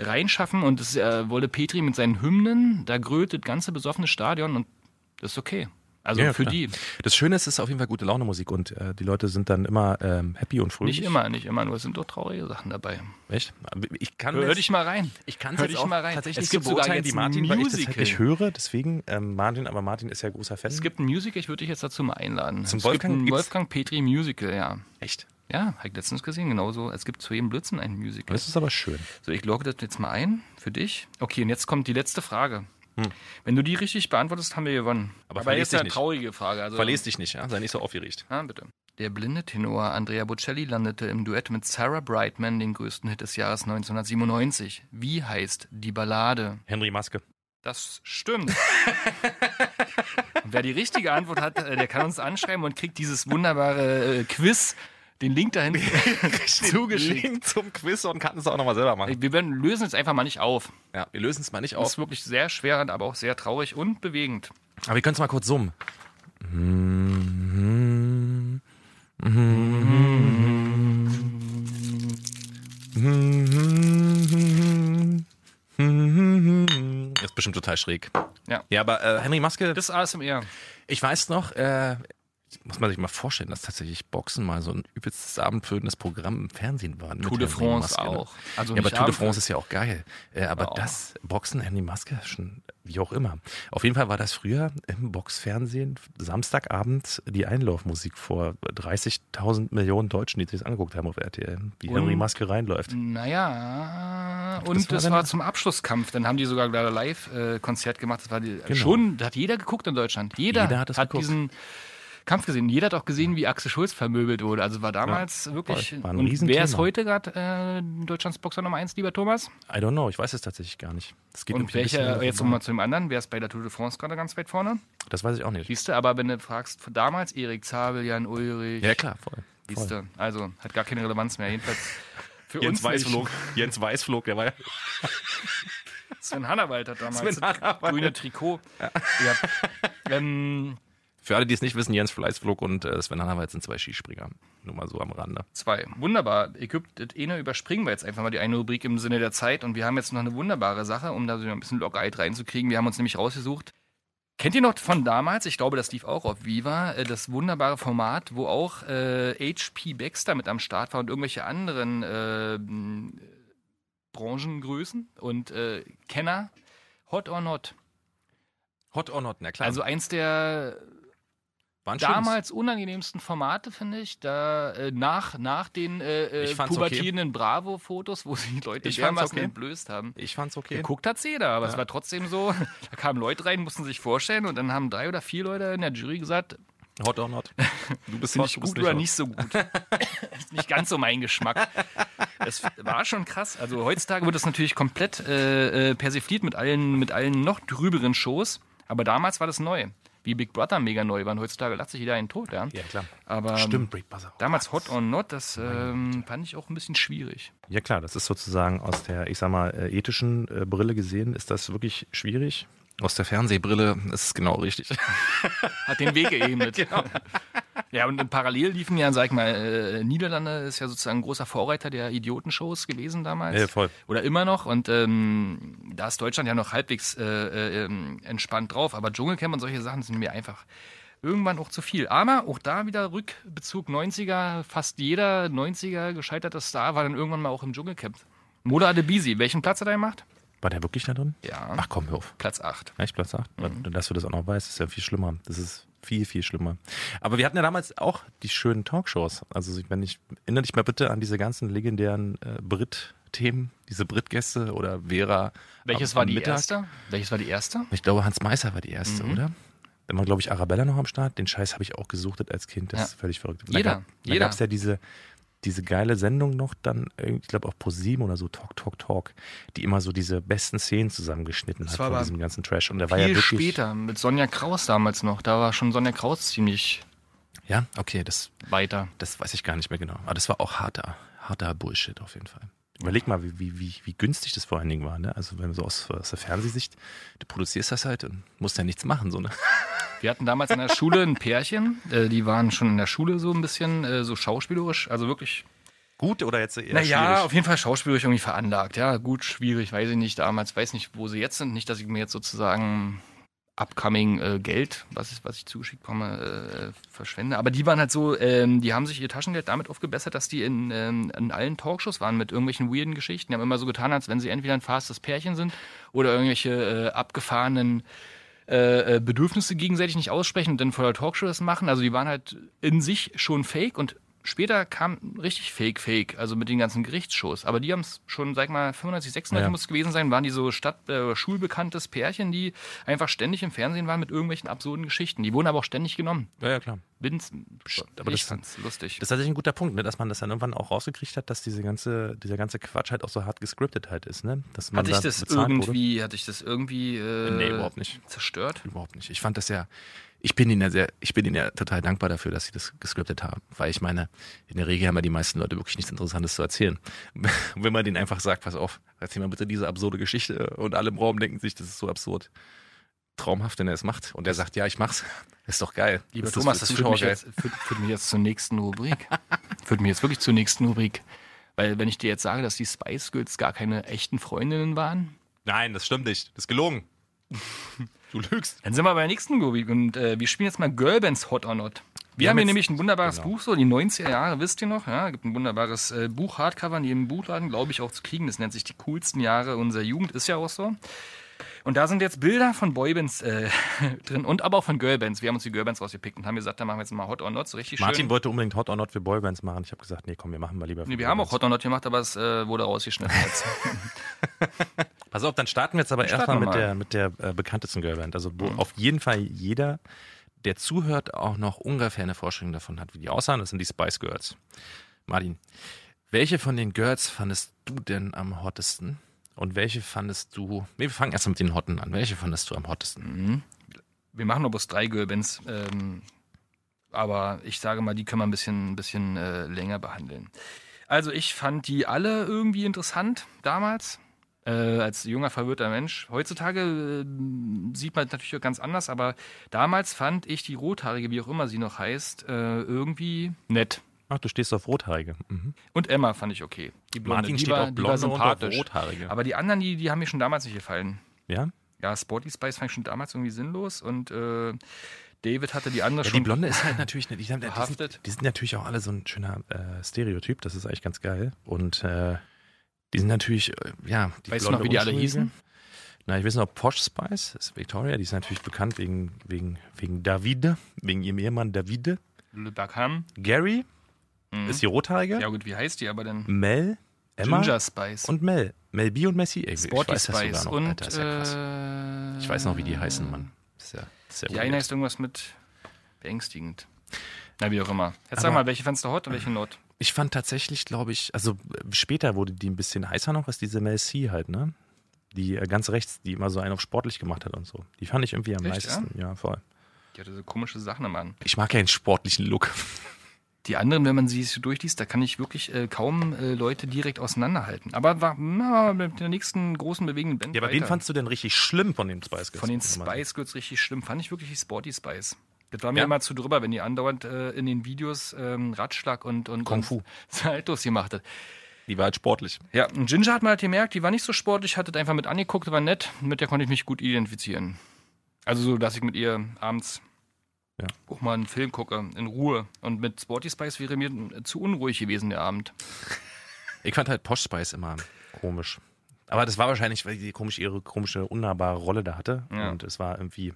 Speaker 4: reinschaffen und das äh, Wolle Petri mit seinen Hymnen, da grölt das ganze besoffene Stadion und das ist okay. Also
Speaker 3: Ja,
Speaker 4: für
Speaker 3: klar.
Speaker 4: die.
Speaker 3: Das Schöne ist, es ist auf jeden Fall gute Laune Musik und äh, die Leute sind dann immer ähm, happy und fröhlich.
Speaker 4: Nicht immer, nicht immer, nur es sind doch traurige Sachen dabei.
Speaker 3: Echt? Ich kann
Speaker 4: Hör
Speaker 3: jetzt-
Speaker 4: dich mal rein.
Speaker 3: Ich kann
Speaker 4: Hör
Speaker 3: jetzt
Speaker 4: dich
Speaker 3: auch
Speaker 4: mal rein.
Speaker 3: tatsächlich
Speaker 4: Es
Speaker 3: nicht
Speaker 4: gibt
Speaker 3: so
Speaker 4: sogar
Speaker 3: beurteilen, die
Speaker 4: jetzt
Speaker 3: Martin,
Speaker 4: ein
Speaker 3: weil ich das halt
Speaker 4: Musical.
Speaker 3: nicht höre. Deswegen ähm, Martin, aber Martin ist ja großer Fan.
Speaker 4: Es gibt ein Musical, ich würde dich jetzt dazu mal einladen.
Speaker 3: Zum
Speaker 4: es
Speaker 3: Wolfgang
Speaker 4: gibt ein
Speaker 3: gibt's-
Speaker 4: Wolfgang Petri Musical, ja.
Speaker 3: echt.
Speaker 4: Ja, habe ich letztens gesehen, genauso. Es gibt zu jedem Blödsinn ein Musical.
Speaker 3: Das ist aber schön.
Speaker 4: So, ich logge das jetzt mal ein für dich. Okay, und jetzt kommt die letzte Frage. Wenn du die richtig beantwortest, haben wir gewonnen.
Speaker 3: Hm. Aber verlies
Speaker 4: jetzt
Speaker 3: dich
Speaker 4: eine
Speaker 3: nicht.
Speaker 4: traurige Frage. Also,
Speaker 3: Verlest dich nicht, ja? Sei nicht so aufgeregt.
Speaker 4: Ja, bitte. Der blinde Tenor Andrea Bocelli landete im Duett mit Sarah Brightman den größten Hit des Jahres 1997. Wie heißt die Ballade?
Speaker 3: Henry Maske.
Speaker 4: Das stimmt. Und Wer die richtige Antwort hat, äh, der kann uns anschreiben und kriegt dieses wunderbare äh, Quiz, den Link dahin zugeschickt.
Speaker 3: Link zum Quiz und kann es auch nochmal selber machen.
Speaker 4: Wir werden lösen es einfach mal nicht auf.
Speaker 3: Ja, wir lösen es mal nicht
Speaker 4: Das ist wirklich sehr schwer, aber auch sehr traurig und bewegend.
Speaker 3: Aber wir können es mal kurz summen. Das ist bestimmt total schräg.
Speaker 4: Ja.
Speaker 3: Ja, aber äh, Henry Maske,
Speaker 4: Das ist ASMR.
Speaker 3: ich weiß noch, äh, muss man sich mal vorstellen, dass tatsächlich Boxen mal so ein übelstes abendfüllendes Programm im Fernsehen war. mit
Speaker 4: Tour de
Speaker 3: Henry
Speaker 4: France
Speaker 3: Maske, ne?
Speaker 4: auch. Also
Speaker 3: ja, aber
Speaker 4: nicht
Speaker 3: Tour de
Speaker 4: Abend-
Speaker 3: France ist ja auch geil. Äh, aber
Speaker 4: Ja.
Speaker 3: das Boxen, Henry Maske, schon, wie auch immer. Auf jeden Fall war das früher im Boxfernsehen Samstagabend die Einlaufmusik vor 30.000 Millionen Deutschen, die sich das angeguckt haben auf RTL, wie Henry
Speaker 4: Und-
Speaker 3: Maske reinläuft.
Speaker 4: Naja, äh, und
Speaker 3: war
Speaker 4: das war,
Speaker 3: dann-
Speaker 4: zum Abschlusskampf. Dann haben die sogar gerade Live-Konzert gemacht. Das war die,
Speaker 3: Genau.
Speaker 4: schon, da hat jeder geguckt in Deutschland. Jeder,
Speaker 3: Jeder hat es
Speaker 4: hat,
Speaker 3: geguckt.
Speaker 4: diesen Kampf gesehen. Jeder hat auch gesehen, wie Axel Schulz vermöbelt wurde. Also war damals wirklich.
Speaker 3: voll. War ein
Speaker 4: und wer
Speaker 3: Riesenthema.
Speaker 4: ist heute gerade äh, Deutschlands Boxer Nummer 1, lieber Thomas?
Speaker 3: I don't know, ich weiß es tatsächlich gar nicht. Das geht
Speaker 4: Und
Speaker 3: nämlich ein bisschen
Speaker 4: welcher,
Speaker 3: vorbei.
Speaker 4: jetzt nochmal zu dem anderen, wer ist bei der Tour de France gerade ganz weit vorne?
Speaker 3: Das weiß ich auch nicht.
Speaker 4: Siehst du, aber wenn du fragst, von damals Erik Zabel, Jan Ulrich.
Speaker 3: Ja, klar, voll.
Speaker 4: Siehst du, also hat gar keine Relevanz mehr. Jedenfalls für
Speaker 3: Jens
Speaker 4: uns
Speaker 3: Weißflog,
Speaker 4: nicht.
Speaker 3: Jens Weißflog, der war ja.
Speaker 4: Sven Hannawald hat damals
Speaker 3: Sven
Speaker 4: das
Speaker 3: Hannawald.
Speaker 4: grüne Trikot. Ja. Ähm,
Speaker 3: Für alle, die es nicht wissen, Jens Weißflog und äh, Sven Hannawald sind zwei Skispringer. Nur mal so am Rande.
Speaker 4: zwei. Wunderbar. Ägypten, das eine überspringen wir jetzt einfach mal die eine Rubrik im Sinne der Zeit. Und wir haben jetzt noch eine wunderbare Sache, um da so ein bisschen Lockerheit reinzukriegen. Wir haben uns nämlich rausgesucht. Kennt ihr noch von damals, ich glaube, das lief auch auf Viva, äh, das wunderbare Format, wo auch äh, H.P. Baxter mit am Start war und irgendwelche anderen äh, Branchengrößen und äh, Kenner? Hot or Not?
Speaker 3: Hot or not, na klar.
Speaker 4: Also eins der
Speaker 3: war ein schönes-
Speaker 4: damals unangenehmsten Formate, finde ich. Da, äh, nach, nach den äh, äh,
Speaker 3: Ich fand's
Speaker 4: pubertierenden Bravo-Fotos, wo sich die Leute
Speaker 3: Ich fand's
Speaker 4: dermaßen
Speaker 3: okay.
Speaker 4: entblößt haben.
Speaker 3: Ich fand's okay.
Speaker 4: Geguckt hat's jeder, aber es war trotzdem so, da kamen Leute rein, mussten sich vorstellen und dann haben drei oder vier Leute in der Jury gesagt,
Speaker 3: Hot or not. Du bist
Speaker 4: finde
Speaker 3: hot,
Speaker 4: ich
Speaker 3: du bist
Speaker 4: gut oder
Speaker 3: hot.
Speaker 4: nicht so gut. ist nicht ganz so mein Geschmack. Es war schon krass. Also heutzutage wird das natürlich komplett äh, äh, persifliert mit allen, mit allen noch drüberen Shows. Aber damals war das neu. Wie Big Brother mega neu waren. Heutzutage lacht sich jeder einen tot, ja.
Speaker 3: Ja, klar.
Speaker 4: Aber ähm,
Speaker 3: Stimmt, Big Brother.
Speaker 4: damals Hot or Not, das ähm, fand ich auch ein bisschen schwierig.
Speaker 3: Ja klar, das ist sozusagen aus der, ich sag mal, äh, ethischen äh, Brille gesehen, ist das wirklich schwierig. Aus der Fernsehbrille ist es genau richtig.
Speaker 4: Hat den Weg geebnet. Genau. Ja, und im parallel liefen ja, sag ich mal, äh, Niederlande ist ja sozusagen ein großer Vorreiter der Idiotenshows gewesen damals.
Speaker 3: Ja, voll.
Speaker 4: Oder immer noch. Und ähm, da ist Deutschland ja noch halbwegs äh, äh, ähm, entspannt drauf. Aber Dschungelcamp und solche Sachen sind mir einfach irgendwann auch zu viel. Aber auch da wieder Rückbezug 90er. Fast jeder 90er gescheiterte Star war dann irgendwann mal auch im Dschungelcamp. Moda Adebisi, welchen Platz hat er gemacht?
Speaker 3: War der wirklich da drin?
Speaker 4: Ja.
Speaker 3: Ach komm, hör auf.
Speaker 4: Platz 8.
Speaker 3: Echt, Platz 8?
Speaker 4: Mhm.
Speaker 3: Dass du das auch noch weißt, ist ja viel schlimmer. Das ist viel, viel schlimmer. Aber wir hatten ja damals auch die schönen Talkshows. Also ich, wenn ich erinnere dich mal bitte an diese ganzen legendären äh, Brit-Themen, diese Brit-Gäste oder Vera.
Speaker 4: Welches
Speaker 3: am-
Speaker 4: war
Speaker 3: am
Speaker 4: die
Speaker 3: Mittag.
Speaker 4: erste? Mhm. Welches war die erste?
Speaker 3: Ich glaube, Hans Meiser war die erste, oder? Da war, glaube ich, Arabella noch am Start. Den Scheiß habe ich auch gesuchtet als Kind. Das
Speaker 4: Ja.
Speaker 3: ist völlig verrückt. Da
Speaker 4: Jeder,
Speaker 3: gab, da
Speaker 4: jeder.
Speaker 3: gab es ja diese, diese geile Sendung noch dann, irgendwie, ich glaube, auch pro sieben oder so, Talk, Talk, Talk, die immer so diese besten Szenen zusammengeschnitten
Speaker 4: Das
Speaker 3: hat
Speaker 4: war
Speaker 3: von
Speaker 4: aber
Speaker 3: diesem ganzen Trash. Und der war ja
Speaker 4: Viel
Speaker 3: wirklich.
Speaker 4: später, mit Sonja Kraus damals noch. Da war schon Sonja Kraus ziemlich
Speaker 3: Ja, okay, das,
Speaker 4: weiter.
Speaker 3: das weiß ich gar nicht mehr genau. Aber das war auch harter, harter Bullshit auf jeden Fall. Überleg mal, wie, wie, wie, wie günstig das vor allen Dingen war. Ne? Also wenn man so aus, aus der Fernsehsicht, du produzierst das halt und musst ja nichts machen. So, ne?
Speaker 4: Wir hatten damals in der Schule ein Pärchen, äh, die waren schon in der Schule so ein bisschen äh, so schauspielerisch, also wirklich.
Speaker 3: Gut oder jetzt eher
Speaker 4: naja, auf jeden Fall schauspielerisch irgendwie veranlagt. Ja, gut, schwierig, weiß ich nicht. Damals weiß nicht, wo sie jetzt sind. Nicht, dass ich mir jetzt sozusagen upcoming äh, Geld, was ich, was ich zugeschickt bekomme, äh, verschwende. Aber die waren halt so, ähm, die haben sich ihr Taschengeld damit aufgebessert, dass die in, ähm, in allen Talkshows waren mit irgendwelchen weirden Geschichten. Die haben immer so getan, als wenn sie entweder ein fastes Pärchen sind oder irgendwelche äh, abgefahrenen äh, äh, Bedürfnisse gegenseitig nicht aussprechen und dann vor der Talkshow das machen. Also die waren halt in sich schon fake und später kam richtig fake, fake, also mit den ganzen Gerichtsshows. Aber die haben es schon, sag mal, 95, 96
Speaker 3: Ja.
Speaker 4: muss es gewesen sein, waren die so Stadt, äh, schulbekanntes Pärchen, die einfach ständig im Fernsehen waren mit irgendwelchen absurden Geschichten. Die wurden aber auch ständig genommen.
Speaker 3: Ja, ja, klar.
Speaker 4: Bin's,
Speaker 3: aber
Speaker 4: aber
Speaker 3: das-
Speaker 4: ich fand's lustig.
Speaker 3: Das ist tatsächlich ein guter Punkt, ne? dass man das dann irgendwann auch rausgekriegt hat, dass diese ganze, dieser ganze Quatsch halt auch so hart gescriptet halt ist. Ne? Dass man
Speaker 4: hatte ich
Speaker 3: da
Speaker 4: das
Speaker 3: bezahlt Wurde.
Speaker 4: irgendwie, hatte ich das irgendwie äh,
Speaker 3: Nee, überhaupt nicht.
Speaker 4: zerstört?
Speaker 3: Überhaupt nicht. Ich fand das ja, ich bin ihnen ja sehr, ich bin ihnen ja total dankbar dafür, dass sie das gescriptet haben. Weil ich meine, in der Regel haben ja die meisten Leute wirklich nichts Interessantes zu erzählen. Und Wenn man denen einfach sagt, pass auf, erzähl mal bitte diese absurde Geschichte und alle im Raum denken sich, das ist so absurd. Traumhaft, wenn er es macht. Und er sagt, ja, ich mach's. Ist doch geil.
Speaker 4: Lieber
Speaker 3: Ist
Speaker 4: Thomas,
Speaker 3: für
Speaker 4: das führt
Speaker 3: Zuschauer
Speaker 4: mich,
Speaker 3: geil?
Speaker 4: jetzt, führt, führt mich jetzt zur nächsten Rubrik. führt mich jetzt wirklich zur nächsten Rubrik. Weil wenn ich dir jetzt sage, dass die Spice Girls gar keine echten Freundinnen waren,
Speaker 3: Nein, das stimmt nicht. Das ist gelogen. Du lügst.
Speaker 4: dann sind wir bei der nächsten Rubrik und äh, wir spielen jetzt mal Girlbands Hot or Not. Wir,
Speaker 3: Wir haben
Speaker 4: haben hier
Speaker 3: jetzt-
Speaker 4: nämlich ein wunderbares
Speaker 3: genau.
Speaker 4: Buch, so die 90er Jahre, wisst ihr noch? Ja, gibt ein wunderbares äh, Buch, Hardcover in jedem Buchladen, glaube ich, auch zu kriegen. Das nennt sich die coolsten Jahre unserer Jugend, ist ja auch so. Und da sind jetzt Bilder von Boybands äh, drin und aber auch von Girlbands. Wir haben uns die Girlbands rausgepickt und haben gesagt, da machen wir jetzt mal Hot or Not, so richtig
Speaker 3: Martin
Speaker 4: schön.
Speaker 3: wollte unbedingt Hot or Not für Boybands machen. Ich habe gesagt, nee, komm, wir machen mal lieber. für
Speaker 4: Nee, wir haben auch
Speaker 3: Boybands.
Speaker 4: Hot or Not gemacht, aber es äh, wurde rausgeschnitten jetzt.
Speaker 3: Pass auf, dann starten wir jetzt aber
Speaker 4: Starten
Speaker 3: erstmal
Speaker 4: wir
Speaker 3: mit
Speaker 4: mal. Mhm.
Speaker 3: der, mit der äh, bekanntesten Girlband. Also wo auf jeden Fall jeder, der zuhört, auch noch ungefähr eine Vorstellung davon hat, wie die aussahen. Das sind die Spice Girls. Martin, welche von den Girls fandest du denn am hottesten? Und welche fandest du. Nee, wir fangen erstmal mit den Hotten an. Welche fandest du am hottesten?
Speaker 4: Mhm. wir machen nur bloß drei Girlbands, ähm, aber ich sage mal, die können wir ein bisschen, ein bisschen äh, länger behandeln. Also ich fand die alle irgendwie interessant damals. Äh, als junger, verwirrter Mensch. Heutzutage äh, sieht man das natürlich auch ganz anders, aber damals fand ich die Rothaarige, wie auch immer sie noch heißt, äh, irgendwie nett.
Speaker 3: Ach, du stehst auf Rothaarige. Mhm.
Speaker 4: Und Emma fand ich okay. Die
Speaker 3: Martin steht auf
Speaker 4: die war
Speaker 3: Blonde und auf
Speaker 4: sympathisch.
Speaker 3: Rothaarige.
Speaker 4: Aber die anderen, die, die haben mir schon damals nicht gefallen
Speaker 3: Ja?
Speaker 4: ja, Sporty Spice fand ich schon damals irgendwie sinnlos und äh, David hatte die andere
Speaker 3: Ja, die
Speaker 4: schon.
Speaker 3: Blonde ist halt natürlich, die, haben, die, sind,
Speaker 4: Verhaftet.
Speaker 3: die sind natürlich auch alle so ein schöner äh, Stereotyp, das ist eigentlich ganz geil. Und äh, die sind natürlich, äh, ja, die
Speaker 4: Weißt du noch, wie die alle
Speaker 3: Unschuldige.
Speaker 4: hießen?
Speaker 3: Na, ich weiß noch, Posh Spice ist Victoria, die ist natürlich bekannt wegen, wegen, wegen Davide, wegen ihrem Ehemann Davide.
Speaker 4: Le Beckham.
Speaker 3: Gary
Speaker 4: Mhm.
Speaker 3: ist die Rothaarige.
Speaker 4: Ja gut, wie heißt die aber denn?
Speaker 3: Mel, Emma
Speaker 4: Ginger Spice.
Speaker 3: und Mel. Mel B und Messi. Ey,
Speaker 4: Sporty
Speaker 3: ich weiß das
Speaker 4: Spice
Speaker 3: sogar noch,
Speaker 4: und
Speaker 3: Alter, ist ja krass.
Speaker 4: äh,
Speaker 3: Ich weiß noch, wie die heißen, Mann. Ist ja, ist ja
Speaker 4: Die eine
Speaker 3: weird.
Speaker 4: heißt irgendwas mit beängstigend. Na, wie auch immer. Jetzt sag
Speaker 3: Aber-
Speaker 4: mal, welche fandst du hot und welche not?
Speaker 3: Ich fand tatsächlich, glaube ich, also äh, später wurde die ein bisschen heißer noch, als diese Mel C halt, ne? Die äh, ganz rechts, die immer so einen auf sportlich gemacht hat und so. Die fand ich irgendwie am
Speaker 4: Echt,
Speaker 3: leichtesten. Ja? voll.
Speaker 4: Die hatte so komische Sachen am An.
Speaker 3: Ich mag ja den sportlichen Look.
Speaker 4: Die anderen, wenn man sie so durchliest, da kann ich wirklich äh, kaum äh, Leute direkt auseinanderhalten. Aber war na, mit der nächsten großen bewegenden Band.
Speaker 3: Ja, aber
Speaker 4: weiter.
Speaker 3: wen fandst du denn richtig schlimm von den Spice Girls?
Speaker 4: Von den
Speaker 3: Warte mal.
Speaker 4: Spice Girls richtig schlimm. Fand ich wirklich die Sporty Spice. Das war mir
Speaker 3: Ja?
Speaker 4: immer zu drüber, wenn die andauernd äh, in den Videos ähm, Ratschlag und, und
Speaker 3: Kung Fu.
Speaker 4: und Saltos gemacht hat.
Speaker 3: Die war halt sportlich.
Speaker 4: Ja, und Ginger hat man halt gemerkt, die war nicht so sportlich, hat das einfach mit angeguckt, war nett. Mit der konnte ich mich gut identifizieren. Also so, dass ich mit ihr abends
Speaker 3: Ja.
Speaker 4: auch mal einen Film gucke, in Ruhe. Und mit Sporty Spice wäre mir äh, zu unruhig gewesen der Abend.
Speaker 3: Ich fand halt Posh Spice immer komisch. Aber das war wahrscheinlich, weil die komisch ihre komische, unnahbare Rolle da hatte.
Speaker 4: Ja.
Speaker 3: Und es war irgendwie,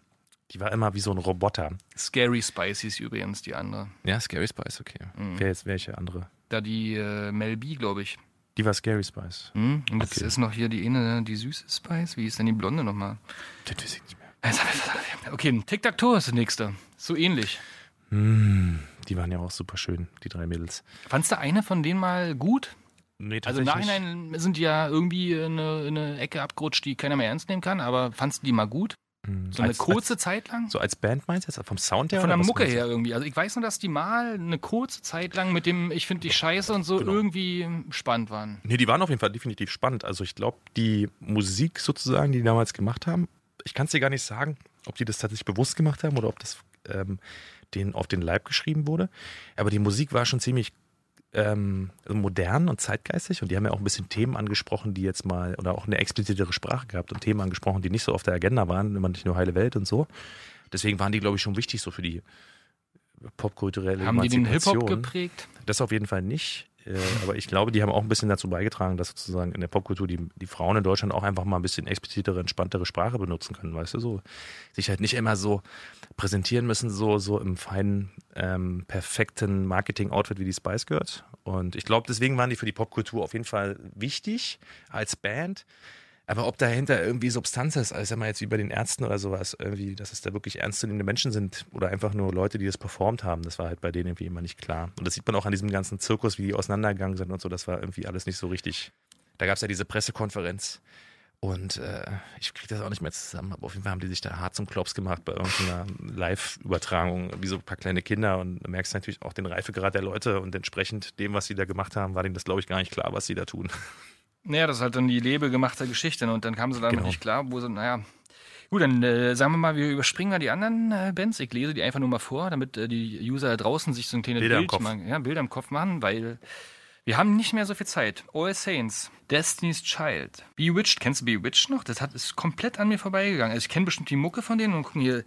Speaker 3: die war immer wie so ein Roboter.
Speaker 4: Scary Spice hieß übrigens die andere.
Speaker 3: Ja, Scary Spice, okay.
Speaker 4: Mhm.
Speaker 3: Wer jetzt welche andere?
Speaker 4: Da die äh, Mel B, glaube ich.
Speaker 3: Die war Scary Spice.
Speaker 4: Hm? Und jetzt
Speaker 3: Okay.
Speaker 4: ist noch hier die eine, ne? die süße Spice. Wie ist denn die blonde nochmal?
Speaker 3: Das weiß ich nicht mehr.
Speaker 4: Okay, Tic-Tac-Toe ist die nächste. So ähnlich.
Speaker 3: Mm, Die waren ja auch super schön, die drei Mädels.
Speaker 4: Fandst du eine von denen mal gut?
Speaker 3: Nee,
Speaker 4: Also im Nachhinein sind die ja irgendwie in eine, in eine Ecke abgerutscht, die keiner mehr ernst nehmen kann, aber fandst du die mal gut?
Speaker 3: Mh,
Speaker 4: So eine
Speaker 3: als,
Speaker 4: kurze Zeit lang?
Speaker 3: Als, so als Band meinst du jetzt? Vom Sound her?
Speaker 4: Von
Speaker 3: oder
Speaker 4: der
Speaker 3: was
Speaker 4: Mucke
Speaker 3: meinst du?
Speaker 4: her irgendwie. Also ich weiß nur, dass die mal eine kurze Zeit lang mit dem Ich finde dich scheiße und so
Speaker 3: Genau.
Speaker 4: irgendwie spannend waren.
Speaker 3: Nee, die waren auf jeden Fall definitiv spannend. Also ich glaube, die Musik sozusagen, die die damals gemacht haben, ich kann es dir gar nicht sagen, ob die das tatsächlich bewusst gemacht haben oder ob das ähm, denen auf den Leib geschrieben wurde. Aber die Musik war schon ziemlich ähm, modern und zeitgeistig und die haben ja auch ein bisschen Themen angesprochen, die jetzt mal, oder auch eine explizitere Sprache gehabt und Themen angesprochen, die nicht so auf der Agenda waren, immer nicht nur heile Welt und so. Deswegen waren die, glaube ich, schon wichtig so für die popkulturelle
Speaker 4: Haben die den Hip-Hop
Speaker 3: Emanzipation.
Speaker 4: geprägt?
Speaker 3: Das auf jeden Fall nicht. Äh, aber ich glaube, die haben auch ein bisschen dazu beigetragen, dass sozusagen in der Popkultur die, die Frauen in Deutschland auch einfach mal ein bisschen explizitere, entspanntere Sprache benutzen können, weißt du, so. Sich halt nicht immer so präsentieren müssen, so, so im feinen, ähm, perfekten Marketing-Outfit wie die Spice Girls. Und ich glaube, deswegen waren die für die Popkultur auf jeden Fall wichtig als Band. Aber ob dahinter irgendwie Substanz ist, also mal jetzt wie bei den Ärzten oder sowas, irgendwie, dass es da wirklich ernstzunehmende Menschen sind oder einfach nur Leute, die das performt haben, das war halt bei denen irgendwie immer nicht klar. Und das sieht man auch an diesem ganzen Zirkus, wie die auseinandergegangen sind und so, das war irgendwie alles nicht so richtig. Da gab es ja diese Pressekonferenz und äh, ich kriege das auch nicht mehr zusammen, aber auf jeden Fall haben die sich da hart zum Klops gemacht bei irgendeiner Live-Übertragung, wie so ein paar kleine Kinder und du merkst natürlich auch den Reifegrad der Leute und entsprechend dem, was sie da gemacht haben, war denen das, glaube ich, gar nicht klar, was sie da tun.
Speaker 4: Naja, das ist halt dann die lebegemachte Geschichte ne? und dann kamen sie damit
Speaker 3: Genau.
Speaker 4: nicht klar, wo sie, naja. Gut, dann äh, sagen wir mal, wir überspringen mal die anderen äh, Bands. Ich lese die einfach nur mal vor, damit äh, die User da draußen sich so ein kleines
Speaker 3: Bilder im
Speaker 4: Bild,
Speaker 3: Kopf.
Speaker 4: Machen, ja, Bilder im Kopf machen, weil wir haben nicht mehr so viel Zeit. All Saints, Destiny's Child, Bewitched. Kennst du Bewitched noch? Das hat, ist komplett an mir vorbeigegangen. Also ich kenne bestimmt die Mucke von denen und gucken hier.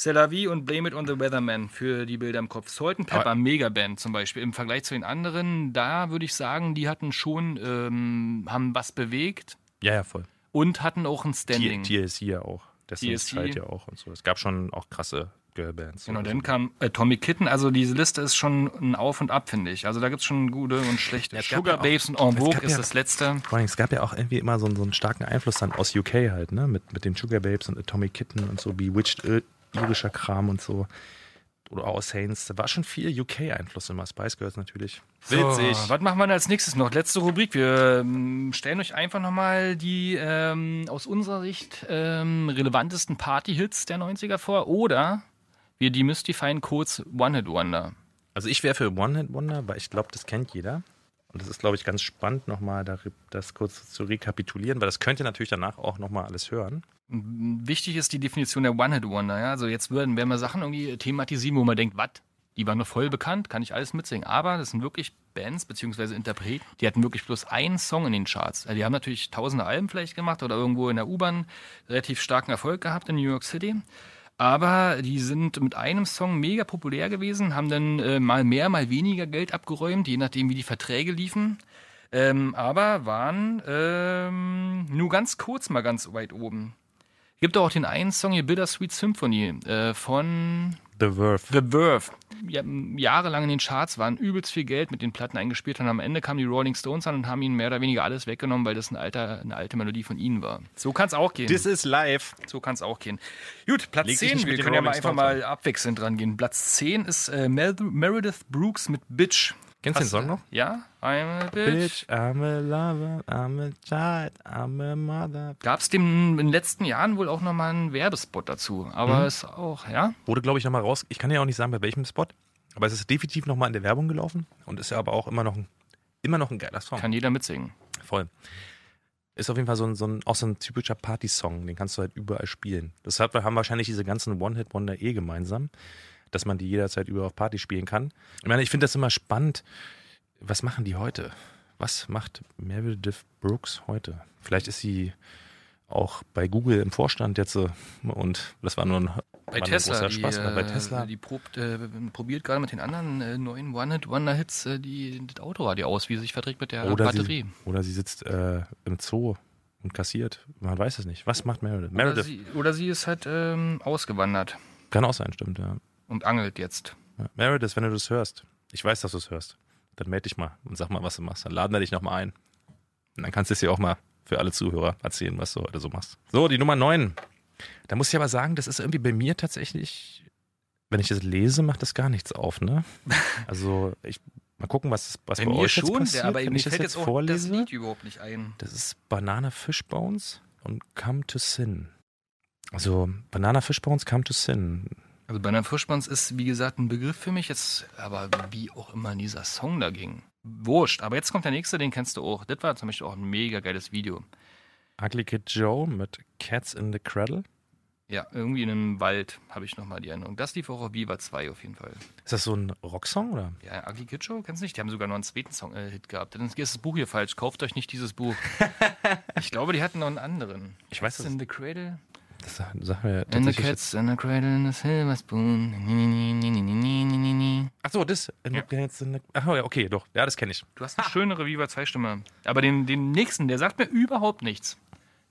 Speaker 4: C'est la vie und Blame It on the Weatherman für die Bilder im Kopf. Salt and Pepper, Megaband zum Beispiel. Im Vergleich zu den anderen, da würde ich sagen, die hatten schon, ähm, haben was bewegt
Speaker 3: Ja, ja, voll.
Speaker 4: und hatten auch ein Standing.
Speaker 3: T- TLC ja auch. Destiny's
Speaker 4: TLC.
Speaker 3: Child ja auch und so. Es gab schon auch krasse Girlbands.
Speaker 4: Genau,
Speaker 3: Also,
Speaker 4: dann kam Atomic Kitten. Also diese Liste ist schon ein Auf und Ab, finde ich. Also da gibt es schon gute und schlechte.
Speaker 3: Ja, es gab
Speaker 4: Sugar
Speaker 3: ja auch-
Speaker 4: Babes und En
Speaker 3: es
Speaker 4: Vogue
Speaker 3: gab
Speaker 4: ist
Speaker 3: ja-
Speaker 4: das letzte.
Speaker 3: Vor allem, es gab ja auch irgendwie immer so, einen- so einen starken Einfluss dann aus UK halt, ne? Mit, mit den Sugar Babes und Atomic Kitten und so, Bewitched, ir- irischer Kram und so. Oder auch Saints. Da war schon viel UK-Einfluss immer. Spice Girls natürlich.
Speaker 4: So, was machen wir denn als nächstes noch? Letzte Rubrik. Wir ähm, stellen euch einfach nochmal die ähm, aus unserer Sicht ähm, relevantesten Party-Hits der 90er vor. Oder wir demystifieren kurz One-Hit-Wonder.
Speaker 3: Also ich wäre für One-Hit-Wonder, weil ich glaube, das kennt jeder. Und das ist, glaube ich, ganz spannend, nochmal das kurz zu rekapitulieren, weil das könnt ihr natürlich danach auch nochmal alles hören.
Speaker 4: Wichtig ist die Definition der One-Hit-Wonder. Ja? Also jetzt werden, werden wir Sachen irgendwie thematisieren, wo man denkt, was? Die waren noch voll bekannt, kann ich alles mitsingen. Aber das sind wirklich Bands beziehungsweise Interpreten, die hatten wirklich bloß einen Song in den Charts. Also die haben natürlich tausende Alben vielleicht gemacht oder irgendwo in der U-Bahn relativ starken Erfolg gehabt in New York City. Aber die sind mit einem Song mega populär gewesen, haben dann äh, mal mehr, mal weniger Geld abgeräumt, je nachdem, wie die Verträge liefen. Ähm, aber waren ähm, nur ganz kurz mal ganz weit oben. Gibt auch den einen Song hier, Bittersweet Symphony, äh, von
Speaker 3: The Verve.
Speaker 4: The Verve. Ja, jahrelang in den Charts waren übelst viel Geld mit den Platten eingespielt und am Ende kamen die Rolling Stones an und haben ihnen mehr oder weniger alles weggenommen, weil das ein alter, eine alte Melodie von ihnen war. So kann es auch gehen.
Speaker 3: This is live.
Speaker 4: so kann es auch gehen. Gut, Platz
Speaker 3: Leg dich
Speaker 4: 10,
Speaker 3: nicht
Speaker 4: wir
Speaker 3: mit den
Speaker 4: können ja mal
Speaker 3: Rolling
Speaker 4: einfach mal abwechselnd dran gehen. Platz 10 ist äh, Mel Meredith Brooks mit Bitch.
Speaker 3: Kennst du den Song noch?
Speaker 4: Ja, I'm a bitch.
Speaker 3: Bitch, I'm a lover, I'm a child, I'm a mother.
Speaker 4: Gab es dem in den letzten Jahren wohl auch nochmal einen Werbespot dazu.
Speaker 3: Mhm.
Speaker 4: Aber ist auch, ja.
Speaker 3: Wurde, glaube ich, nochmal raus. Ich kann ja auch nicht sagen, bei welchem Spot, aber es ist definitiv nochmal in der Werbung gelaufen und ist ja aber auch immer noch ein, immer noch ein geiler Song.
Speaker 4: Kann jeder mitsingen.
Speaker 3: Voll. Ist auf jeden Fall so ein, so ein, auch so ein typischer Party-Song, den kannst du halt überall spielen. Das hat, haben wahrscheinlich diese ganzen One-Hit-Wonder eh gemeinsam, dass man die jederzeit überall auf Party spielen kann. Ich meine, ich finde das immer spannend. Was machen die heute? Was macht Meredith Brooks heute? Vielleicht ist sie auch bei Google im Vorstand jetzt äh, und das war nur ein, war
Speaker 4: Bei Tesla,
Speaker 3: ein großer Spaß.
Speaker 4: die,
Speaker 3: ne? bei
Speaker 4: äh,
Speaker 3: Tesla.
Speaker 4: die probt, äh, probiert gerade mit den anderen äh, neuen One-Hit-Wonder-Hits äh, die, das Autoradio aus, wie sie sich verträgt mit der
Speaker 3: oder,
Speaker 4: Batterie.
Speaker 3: sie, oder sie sitzt äh, im Zoo und kassiert. Man weiß es nicht. Was macht Meredith?
Speaker 4: Oder
Speaker 3: Meredith
Speaker 4: sie, oder sie ist halt ähm, ausgewandert
Speaker 3: kann auch sein, stimmt, ja.
Speaker 4: und angelt jetzt.
Speaker 3: Ja. Meredith, wenn du das hörst, ich weiß, dass du es hörst, dann melde dich mal und sag mal, was du machst. Dann laden wir dich nochmal ein. Und dann kannst du es dir auch mal für alle Zuhörer erzählen, was du heute so machst. So, die Nummer 9. Da muss ich aber sagen, das ist irgendwie bei mir tatsächlich, wenn ich das lese, macht das gar nichts auf, ne? Also, ich, mal gucken, was, was bei, euch jetzt passiert,
Speaker 4: aber
Speaker 3: wenn
Speaker 4: mir
Speaker 3: ich das
Speaker 4: fällt
Speaker 3: jetzt
Speaker 4: jetzt auch
Speaker 3: vorlese.
Speaker 4: das Lied überhaupt nicht ein.
Speaker 3: Das ist Banana Fishbones und Come to Sin. Also, Banana Fishbones, Come to Sin.
Speaker 4: Also Bernhard Fischmanns ist, wie gesagt, ein Begriff für mich, jetzt, aber wie auch immer dieser Song da ging. Wurscht. Aber jetzt kommt der nächste, den kennst du auch. Das war zum Beispiel auch ein mega geiles Video.
Speaker 3: Ugly Kid Joe mit Cats in the Cradle.
Speaker 4: Ja, irgendwie in einem Wald habe ich nochmal die Erinnerung. Das lief auch auf Viva 2 auf jeden Fall.
Speaker 3: Ist das so ein Rocksong oder?
Speaker 4: Ja, Agi Kitschow, kennst du nicht? Die haben sogar noch einen zweiten Song-Hit gehabt. Dann ist das Buch hier falsch. Kauft euch nicht dieses Buch. ich glaube, die hatten noch einen anderen.
Speaker 3: Ich weiß
Speaker 4: Cats
Speaker 3: es.
Speaker 4: in the Cradle.
Speaker 3: Das sagt mir
Speaker 4: In the
Speaker 3: tatsächlich. jetzt-
Speaker 4: Cats, in the Cradle, in the Silver Spoon. Ni, ni, ni, ni, ni, ni, ni, ni, ni.
Speaker 3: Ach so, das. in the Cats in the- Ach ja, okay, doch. Ja, das kenne ich.
Speaker 4: Du hast eine schönere Viva 2-Stimme. Aber den, den nächsten, der sagt mir überhaupt nichts.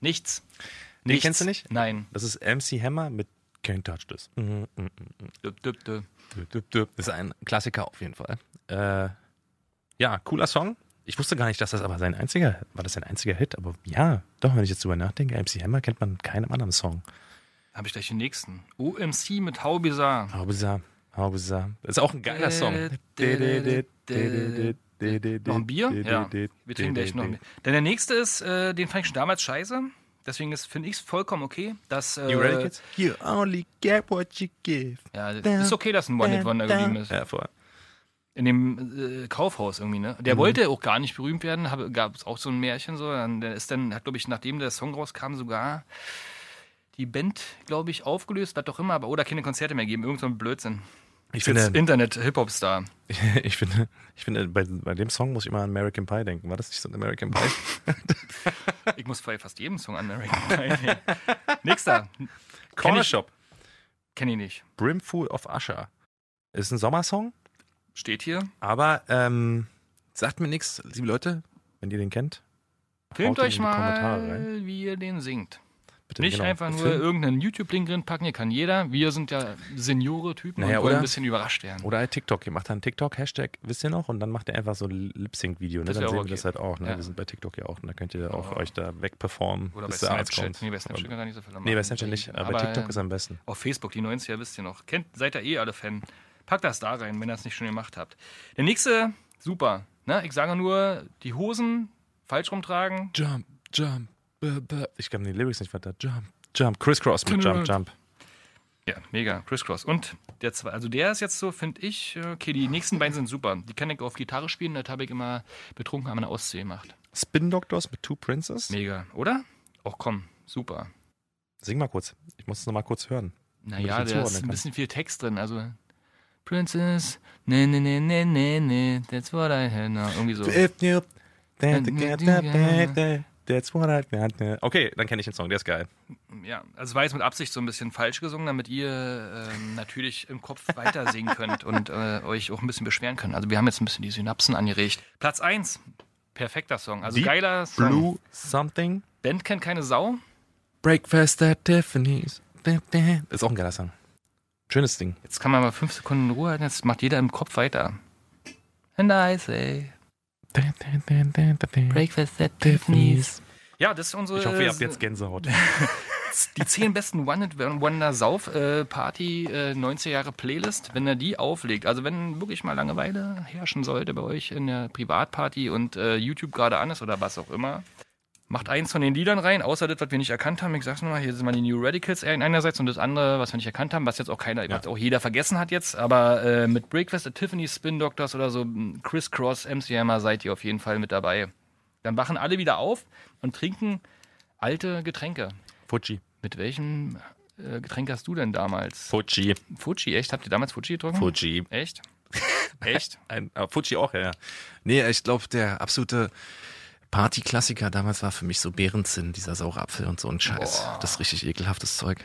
Speaker 4: Nichts.
Speaker 3: Den
Speaker 4: Nichts.
Speaker 3: kennst du nicht?
Speaker 4: Nein.
Speaker 3: Das ist MC Hammer mit Can't Touch This. Mhm, mhm,
Speaker 4: Düpp, düpp, düpp.
Speaker 3: düp, düp, düp. Das ist ein Klassiker auf jeden Fall. Äh, ja, cooler Song. Ich wusste gar nicht, dass das aber sein einziger, war das sein einziger Hit, aber ja, doch, wenn ich jetzt drüber nachdenke, MC Hammer kennt man keinem anderen Song.
Speaker 4: Habe ich gleich den nächsten. OMC mit How Bizarre.
Speaker 3: Haubesa, Haubesa. Das ist auch ein geiler Song.
Speaker 4: Noch ein Bier? Ja. Wir trinken gleich noch ein Bier. Denn der nächste ist, äh, den fand ich schon damals scheiße. Deswegen finde ich es vollkommen okay, dass. Äh,
Speaker 3: You ready, kids? You only get what you give.
Speaker 4: Ja, ist okay, dass ein One-Hit-Wonder geblieben ist.
Speaker 3: Ja, voll.
Speaker 4: In dem äh, Kaufhaus irgendwie, ne?
Speaker 3: Mhm.
Speaker 4: Der wollte auch gar nicht berühmt werden, gab es auch so ein Märchen so. Dann der ist dann, hat, glaube ich, nachdem der Song rauskam, sogar die Band, glaube ich, aufgelöst, was doch immer, aber oder keine Konzerte mehr geben, irgend so ein Blödsinn.
Speaker 3: Ich
Speaker 4: Das
Speaker 3: finde,
Speaker 4: Internet-Hip-Hop-Star.
Speaker 3: ich finde, ich finde bei, bei dem Song muss ich immer an American Pie denken. War das nicht so ein American Pie?
Speaker 4: Ich muss bei fast jedem Song anmerken. Nein, nee. Nächster.
Speaker 3: Corner
Speaker 4: ich-
Speaker 3: Shop.
Speaker 4: Kenn ich nicht.
Speaker 3: Brimful of Usher. Ist ein Sommersong,
Speaker 4: Steht hier.
Speaker 3: aber ähm, sagt mir nichts, liebe Leute, wenn ihr den kennt. haut
Speaker 4: Filmt
Speaker 3: ihn
Speaker 4: euch
Speaker 3: in die Kommentare
Speaker 4: mal,
Speaker 3: rein.
Speaker 4: wie ihr den singt.
Speaker 3: Bitte,
Speaker 4: nicht
Speaker 3: genau.
Speaker 4: einfach nur
Speaker 3: Film-
Speaker 4: irgendeinen YouTube-Link reinpacken, hier kann jeder. Wir sind ja Seniore-Typen
Speaker 3: Naja,
Speaker 4: und wollen
Speaker 3: oder?
Speaker 4: ein bisschen überrascht werden.
Speaker 3: Oder halt TikTok. Ihr macht dann TikTok, Hashtag, wisst ihr noch? Und dann macht ihr einfach so ein Lip-Sync-Video. Ne?
Speaker 4: Das
Speaker 3: Dann
Speaker 4: wär
Speaker 3: sehen
Speaker 4: auch
Speaker 3: wir das
Speaker 4: okay.
Speaker 3: halt auch. Ne?
Speaker 4: Ja.
Speaker 3: Wir sind bei TikTok ja auch. Und da könnt ihr auch euch da wegperformen.
Speaker 4: Oder bei
Speaker 3: bis der Arzt
Speaker 4: Snapchat.
Speaker 3: kommt.
Speaker 4: Nee, bei Snapchat kann er nicht so viel machen.
Speaker 3: Nee, bei Snapchat nicht. Aber bei TikTok ist am besten.
Speaker 4: Auf Facebook, die 90er wisst ihr noch. Kennt, seid ihr eh alle Fan. Packt das da rein, wenn ihr das nicht schon gemacht habt. Der nächste, super. Na, ich sage nur, die Hosen falsch rumtragen.
Speaker 3: Jump, jump. buh, buh. Ich kann die Lyrics nicht weiter. Jump, jump. Crisscross mit Jump, jump.
Speaker 4: Ja, mega. Crisscross. Und der zwei, also der ist jetzt so, finde ich, äh, okay, die nächsten beiden sind super. Die kann ich auf Gitarre spielen, das habe ich immer betrunken an meiner Ostsee gemacht.
Speaker 3: Spin Doctors mit Two Princes.
Speaker 4: Mega, oder? Och komm, super.
Speaker 3: Sing mal kurz. Ich muss es nochmal kurz hören.
Speaker 4: Naja,
Speaker 3: Damit ich
Speaker 4: da
Speaker 3: zuordnen
Speaker 4: ist ein
Speaker 3: kann.
Speaker 4: bisschen viel Text drin, also Princess, ne, ne, ne, ne, ne, ne, that's what I had now. Irgendwie so.
Speaker 3: If you then to get that back there, That's what I got. Okay, dann kenne ich den Song, der ist geil.
Speaker 4: Ja, also es war jetzt mit Absicht so ein bisschen falsch gesungen, damit ihr ähm, natürlich im Kopf weiter singen könnt und äh, euch auch ein bisschen beschweren könnt. Also wir haben jetzt ein bisschen die Synapsen angeregt. Platz 1, perfekter Song, also
Speaker 3: Deep
Speaker 4: geiler Song.
Speaker 3: Blue Something.
Speaker 4: Band kennt keine Sau.
Speaker 3: Breakfast at Tiffany's. Ist auch ein geiler Song. Schönes Ding.
Speaker 4: Jetzt kann man mal fünf Sekunden in Ruhe halten, jetzt macht jeder im Kopf weiter. And I say, breakfast at Tiffany's. Ja, das ist unsere.
Speaker 3: Ich hoffe, ihr habt jetzt Gänsehaut.
Speaker 4: die zehn besten One Hit Wonder Sauf äh, Party äh, 90 Jahre Playlist, wenn er die auflegt. Also wenn wirklich mal Langeweile herrschen sollte bei euch in der Privatparty und äh, YouTube gerade an ist oder was auch immer. Macht eins von den Liedern rein, außer das, was wir nicht erkannt haben. Ich sag's nochmal, hier sind mal die New Radicals ein- einerseits und das andere, was wir nicht erkannt haben, was jetzt auch keiner, was auch jeder vergessen hat jetzt. Aber äh, mit Breakfast at Tiffany's, Spin Doctors oder so, hm, m, Criss Cross, MC Hammer seid ihr auf jeden Fall mit dabei. Dann wachen alle wieder auf und trinken alte Getränke.
Speaker 3: Fuji.
Speaker 4: Mit welchem äh, Getränk hast du denn damals?
Speaker 3: Fuji.
Speaker 4: Fuji, echt? Habt ihr damals Fuji getrunken?
Speaker 3: Fuji.
Speaker 4: Echt? Echt?
Speaker 3: Ein, äh, Fuji auch, ja, ja. Nee, ich glaube, der absolute Partyklassiker damals war für mich so Beerenzinn, dieser saure Apfel und so ein Scheiß. Das ist richtig ekelhaftes Zeug.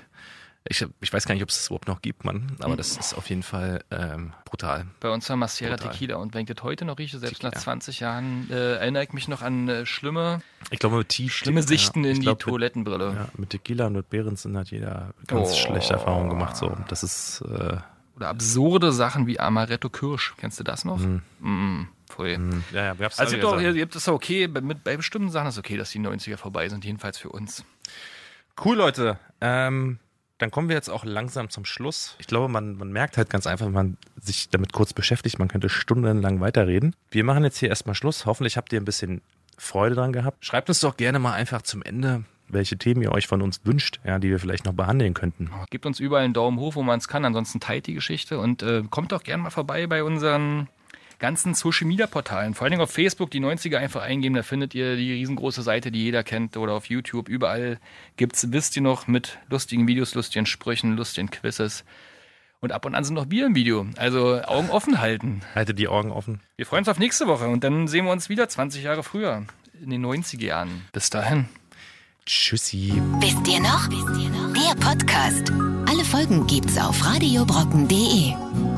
Speaker 3: Ich, hab- ich weiß gar nicht, ob es das überhaupt noch gibt, Mann. Aber das ist auf jeden Fall ähm, brutal.
Speaker 4: Bei uns war Masera
Speaker 3: Total.
Speaker 4: Tequila und wenn ich das heute noch rieche, selbst nach
Speaker 3: Tequila.
Speaker 4: 20 Jahren, äh, erinnere ich mich noch an äh, schlimme,
Speaker 3: Ich glaube, mit tief
Speaker 4: schlimme Sichten
Speaker 3: ja, ich
Speaker 4: in
Speaker 3: glaub,
Speaker 4: die
Speaker 3: mit-
Speaker 4: Toilettenbrille.
Speaker 3: Ja, mit Tequila und mit Beerenzinn hat jeder ganz
Speaker 4: Oh.
Speaker 3: schlechte Erfahrungen gemacht. So, das ist äh,
Speaker 4: Oder absurde Sachen wie Amaretto Kirsch. Kennst du das noch?
Speaker 3: Mhm.
Speaker 4: Mm, pfui.
Speaker 3: ja, ja, wir haben's
Speaker 4: Also, ihr habt
Speaker 3: alle
Speaker 4: doch-
Speaker 3: gesagt.
Speaker 4: ihr habt es okay, bei, mit, bei bestimmten Sachen ist okay, dass die 90er vorbei sind, jedenfalls für uns.
Speaker 3: Cool, Leute. Ähm, dann kommen wir jetzt auch langsam zum Schluss. Ich glaube, man, man merkt halt ganz einfach, wenn man sich damit kurz beschäftigt, man könnte stundenlang weiterreden. Wir machen jetzt hier erstmal Schluss. Hoffentlich habt ihr ein bisschen Freude dran gehabt. Schreibt uns doch gerne mal einfach zum Ende, welche Themen ihr euch von uns wünscht, ja, die wir vielleicht noch behandeln könnten.
Speaker 4: Gebt uns überall einen Daumen hoch, wo man es kann. Ansonsten teilt die Geschichte und äh, kommt doch gerne mal vorbei bei unseren ganzen Social Media Portalen. Vor allen Dingen auf Facebook, die 90er einfach eingeben. Da findet ihr die riesengroße Seite, die jeder kennt. Oder auf YouTube. Überall gibt's, wisst ihr noch, mit lustigen Videos, lustigen Sprüchen, lustigen Quizzes. Und ab und an sind noch Bier im Video. Also Augen offen halten.
Speaker 3: Haltet die Augen offen.
Speaker 4: Wir freuen uns auf nächste Woche und dann sehen wir uns wieder 20 Jahre früher. In den 90er Jahren. Bis dahin.
Speaker 3: Tschüssi.
Speaker 1: Wisst ihr noch? Der Podcast. Alle Folgen gibt's auf radiobrocken.de.